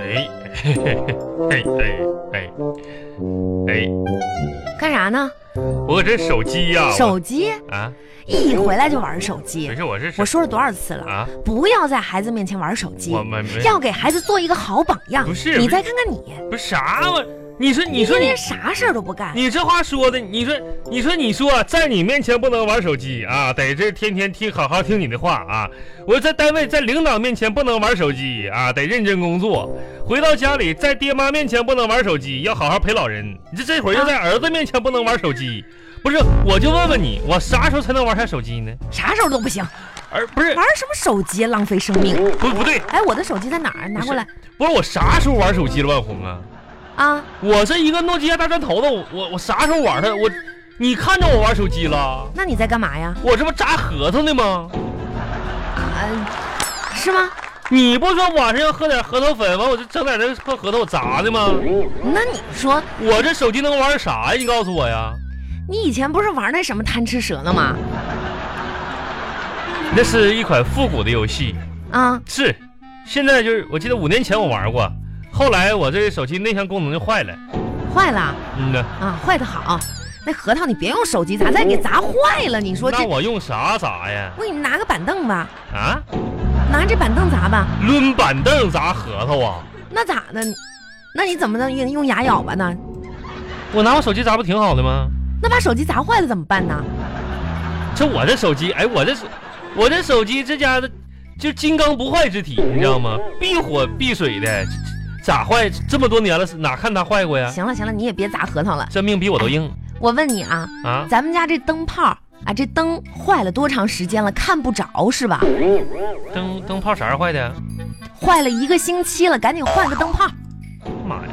嘿嘿嘿，哎哎哎哎，干啥呢？我这手机呀、我手机啊，一回来就玩手机不，是我是我说了多少次了？啊，不要在孩子面前玩手机我，们没要给孩子做一个好榜样。不是你再看看你，不是啥玩意儿？你说你你说你连啥事儿都不干，你这话说的，你说你说你说在你面前不能玩手机啊，得这天天听好好听你的话啊。我在单位在领导面前不能玩手机啊，得认真工作。回到家里在爹妈面前不能玩手机，要好好陪老人。你这这会儿又在儿子面前不能玩手机，不是？我就问问你，我啥时候才能玩下手机呢？啥时候都 不行，而不是玩什么手机浪费生命。不不对，哎，我的手机在哪儿？拿过来不是我啥时候玩手机了，万红啊？啊！我这一个诺基亚大砖头子，我我我啥时候玩它？我你看着我玩手机了？那你在干嘛呀？我这不炸核桃呢吗？啊，是吗？你不说晚上要喝点核桃粉，完我就整点那破核桃我砸的吗？那你说，我这手机能玩啥呀？你告诉我呀！你以前不是玩那什么贪吃蛇呢吗？那是一款复古的游戏，啊，是，现在就是我记得五年前我玩过，后来我这手机内项功能就坏了。坏了嗯呐，啊，坏的好。那核桃你别用手机砸，再给砸坏了。你说这那，我用啥砸呀？我给你拿个板凳吧，啊，拿这板凳砸吧。抡板凳砸核桃啊？那咋的？那你怎么能用用牙咬吧呢？我拿我手机砸不挺好的吗？那把手机砸坏了怎么办呢？这我这手机，哎，我这手我这手机这家的就金刚不坏之体，你知道吗？避火避水的，咋坏？这么多年了，哪看它坏过呀？行了行了，你也别砸核桃了。这命比我都硬我问你啊，啊！咱们家这灯泡啊，这灯坏了多长时间了？看不着是吧？灯灯泡啥时候坏的呀？坏了一个星期了，赶紧换个灯泡。妈呀，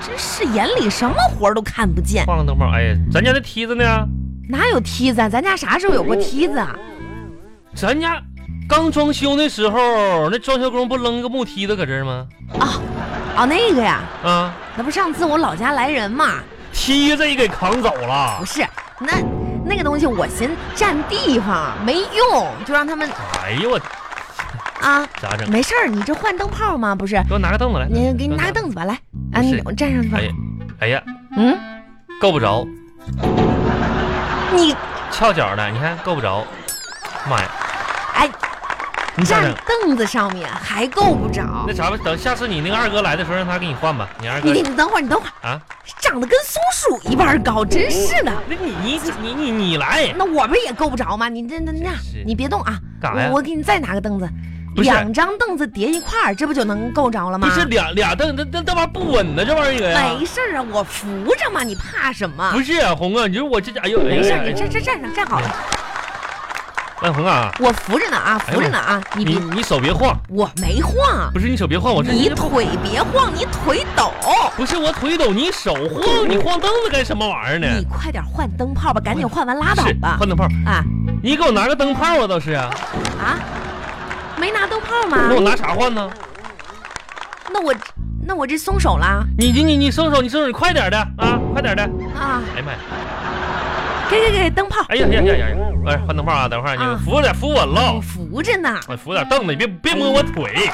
真是眼里什么活儿都看不见，换了灯泡！哎呀，咱家那梯子呢？哪有梯子啊？咱家啥时候有过梯子啊？咱家刚装修的时候，那装修工不扔个木梯子搁这儿吗？哦，那个呀，啊，那不上次我老家来人嘛？梯子也给扛走了不。是，那那个东西我寻占地方没用，就让他们哎呦我啊，咋整？没事儿，你这换灯泡吗？不是，给我拿个凳子来。你给你拿个凳子吧，来，不啊，是你我站上去吧哎。呀，哎呀，嗯，够不着。你翘脚呢，你看够不着。妈呀！哎，你咋站整？凳子上面还够不着那。啥吧，等下次你那个二哥来的时候，让他给你换吧。你二你哥你你等会儿，你等会儿，啊，哦长得跟松鼠一般高，真是的。那你你你你你来，那我们也够不着吗？你这那那是，你别动啊！干啥呀我我给你再拿个凳子，不是两张凳子叠一块儿，这不就能够着了吗？不是俩俩凳，那那那玩意儿不稳呢，这玩意儿呀。没事儿啊，我扶着嘛，你怕什么？不是啊，红啊，你说我这家哎呦，哎没呦事哎儿，呦你站站站上站好了，万红啊，我扶着呢啊，哎呦扶着呢啊！你你别，你手别晃，我没啊晃，不是你手别晃，我这你腿别晃，你腿抖。不是我腿抖，你手晃，你晃凳子干什么玩意儿呢你？快点换灯泡吧，赶紧换完拉倒是吧换。灯泡，啊你给我拿个灯泡啊，倒是啊，啊，没拿灯泡吗那？我拿啥换呢？那我那我这松手啦你你你你松手，你松手，你快点的啊，快点的。啊！哎呀妈呀！给给给灯泡，哎呀呀呀呀呀！哎，换灯泡啊，等会儿你啊嗯们扶我点，扶我我喽，扶着呢。我扶点凳子，你别别摸我腿，嗯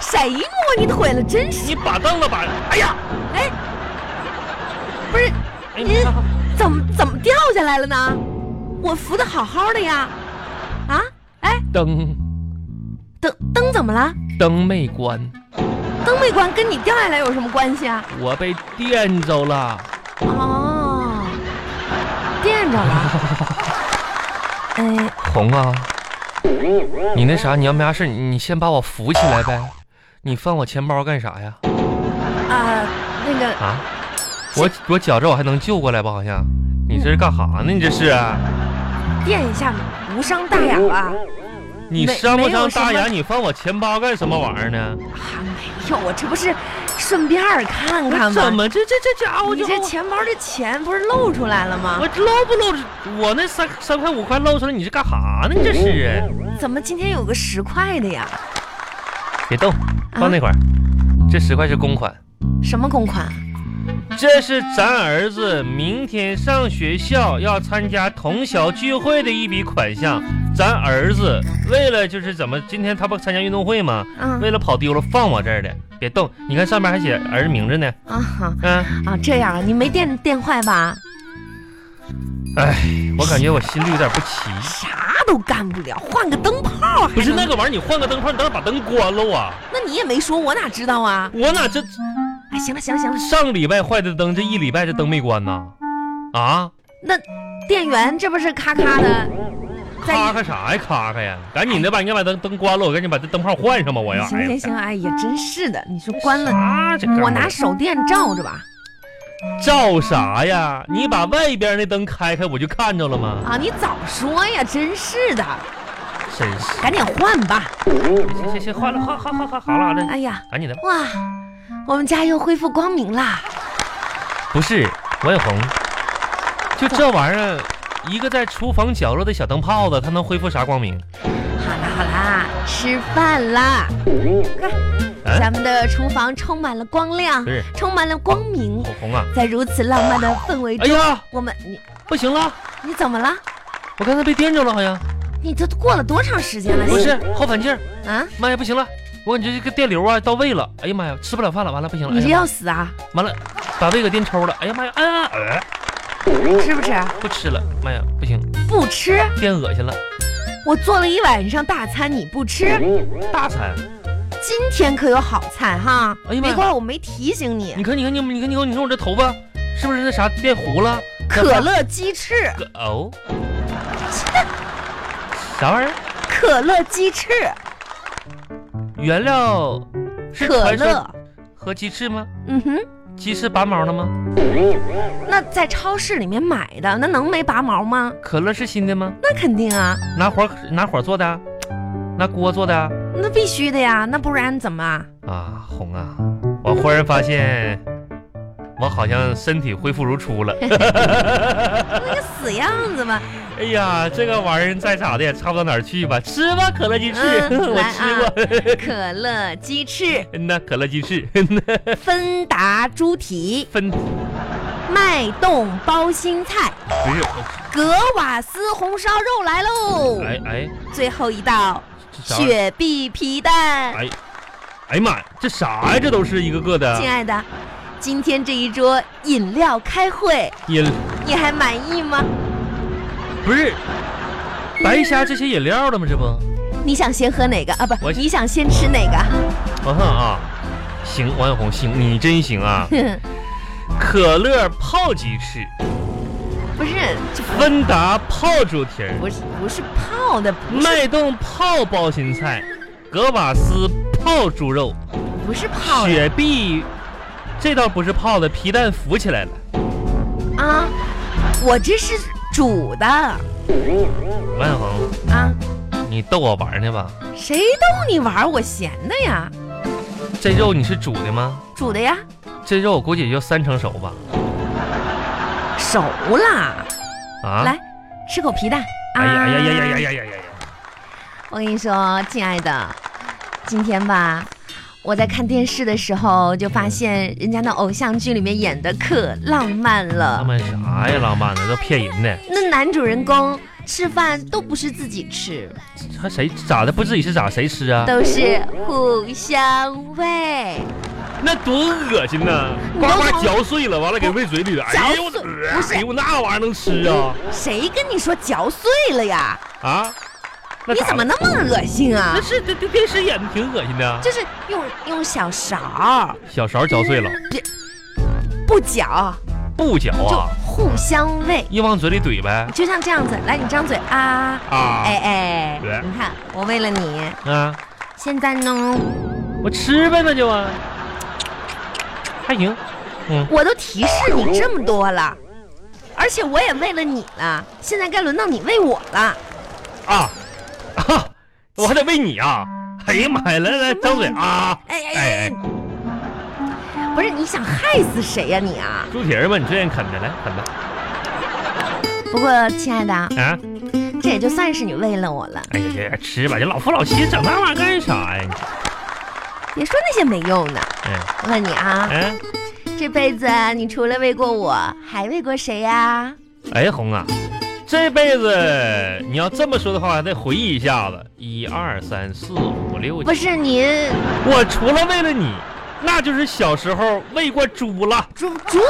谁摸你腿了？真是你把凳子把，哎呀，不是哎你看看怎么怎么掉下来了呢？我扶的好好的呀，啊，哎，灯灯灯怎么了？灯没关，灯没关，跟你掉下来有什么关系啊？我被电着了。哦，垫着了。 哎，红啊，你那啥，你要没啥事，你你先把我扶起来呗。你翻我钱包干啥呀？啊，那个啊，我我觉着我还能救过来吧？好像，你这是干啥呢？你这是？啊垫一下无伤大雅啊吧？你没伤不没有伤大什么雅？你翻我钱包干什么玩意儿呢？啊，没有，我这不是顺便儿看看怎吗？么这这这家伙你就这钱包这钱不是露出来了吗我？露不露出？我那三三块五块露出来，你这干啥呢？你这是？怎么今天有个十块的呀？啊别动，放那块儿。这十块是公款，什么公款？这是咱儿子明天上学校要参加同校聚会的一笔款项。咱儿子为了就是怎么，今天他不参加运动会吗？嗯为了跑丢了放我这儿的，别动。你看上面还写儿子名字呢。啊哈嗯、啊，这样啊，你没电电坏吧？哎，我感觉我心里有点不齐。啥都干不了，换个灯泡还不是那能，个玩意儿，你换个灯泡，你倒是把灯关了啊！那你也没说，我哪知道啊？我哪这哎，行了行了行了，上礼拜坏的灯，这一礼拜这灯没关呐？啊，那电源这不是咔咔的，在咔咔啥呀，咔咔呀！赶紧的吧，你赶紧把灯灯关了，我赶紧把这灯泡换上吧，我要。行行行，哎呀，真是的，你说关了，啊，这干我活拿手电照着吧。照啥呀？你把外边那灯开开，我就看着了吗？啊，你早说呀，真是的，真是，赶紧换吧。行行行，换了，换换换换，好了好了，哎呀，赶紧的吧。哇，我们家又恢复光明啦。不是，王小红，就这玩意儿，一个在厨房角落的小灯泡子，它能恢复啥光明？好啦好啦，吃饭啦！嗯咱们的厨房充满了光亮不，是，充满了光明小。红啊，在如此浪漫的氛围哎中，呀，我们你不行了，你怎么了？我刚才被颠着了，好像你这都过了多长时间了？不是后反劲儿，啊，妈呀，不行了，我感觉这个电流啊到胃了，哎呀妈呀，吃不了饭了，完了不行了，你哎是呀要死啊？妈完了，把胃给电抽了，哎呀妈呀，哎呀，哎吃不吃？不吃啊了，妈呀，不行，不吃，变恶心了，我做了一晚上大餐，你不嗯吃，大餐。今天可有好菜哈！哎呀妈呀别怪我没提醒你你，看，你看，你你看，你看，你看我这头发是不是那啥变糊了？可乐鸡翅，可哦，啥玩意儿？可乐鸡翅，原料是可传说乐，和鸡翅吗？嗯哼。鸡翅拔毛了吗？那在超市里面买的，那能没拔毛吗？可乐是新的吗？那肯定啊，拿火拿火做的啊，拿锅做的啊？那必须的呀，那不然怎么啊？啊，红啊，我忽然发现我好像身体恢复如初 了。那个死样 子吧。哎呀，这个玩意儿再咋的也差不到哪儿去吧？吃吧，可乐鸡翅，嗯 我来啊吃过。可乐鸡翅、嗯呐，可乐鸡翅，芬达猪蹄、分脉动包心菜、不是，格瓦斯红烧肉来喽！哎哎，最后一道这啥玩意儿？雪碧皮蛋。哎，哎呀妈呀，这啥呀？这都是一个个的亲爱的，今天这一桌饮料开会，饮，你还满意吗？不是嗯白瞎这些饮料了吗？这不，你想先喝哪个啊？不，我你想先吃哪个？我看啊，行，王小红，行，你真行 啊！哼，可乐泡鸡翅，不是，这芬达泡猪蹄儿，不是不是泡的，不是脉动泡包心菜，格瓦斯泡猪肉，不是泡的雪碧，这倒不是泡的，皮蛋浮起来了。啊，我这是煮的啊，王小红，你逗我玩呢吧？谁逗你玩儿我闲的呀，这肉你是煮的吗？煮的呀，这肉我估计也就三成熟吧？熟啦，啊？来啊吃口皮蛋。哎呀呀呀呀呀呀！呀呀呀呀！我跟你说，亲爱的，今天吧。我在看电视的时候，就发现人家那偶像剧里面演的可浪漫浪了。漫啥呀？浪漫的都骗人的，那男主人公吃饭都不是自己吃，还谁咋的？不自己是咋谁吃啊？都是互相喂。那多恶心呐！你呱都呱从嚼碎了，完了给喂嘴里了。哎呦我的嚼碎呃不是哎呦那玩意儿能吃啊？谁跟你说嚼碎了呀？啊？那你咋怎么了？那么恶心啊那？是这这电视演的挺恶心的，就是用用小勺儿小勺嚼碎了，嗯不嚼，不嚼就啊，互相喂，一往嘴里怼呗。就像这样子。来，你张嘴啊，啊哎哎，对你看我喂了你，啊，现在呢，我吃呗那就啊，还行。我都提示你这么多了，而且我也喂了你了，现在该轮到你喂我了。啊啊！我还得喂你啊！哎呀妈呀，来来张嘴啊！哎哎哎哎，不是你想害死谁呀、你啊？猪蹄儿吧，你最愿意啃的，来啃吧。不过亲爱的，啊，这也就算是你喂了我了，哎呀呀，吃吧，这老夫老妻整那玩意儿干啥呀？别说那些没用的。嗯问你啊，嗯，这辈子你除了喂过我，还喂过谁呀、哎，红啊，这辈子你要这么说的话，得回忆一下子，一二三四五六不是你我除了为了你，那就是小时候喂过猪了。 猪猪。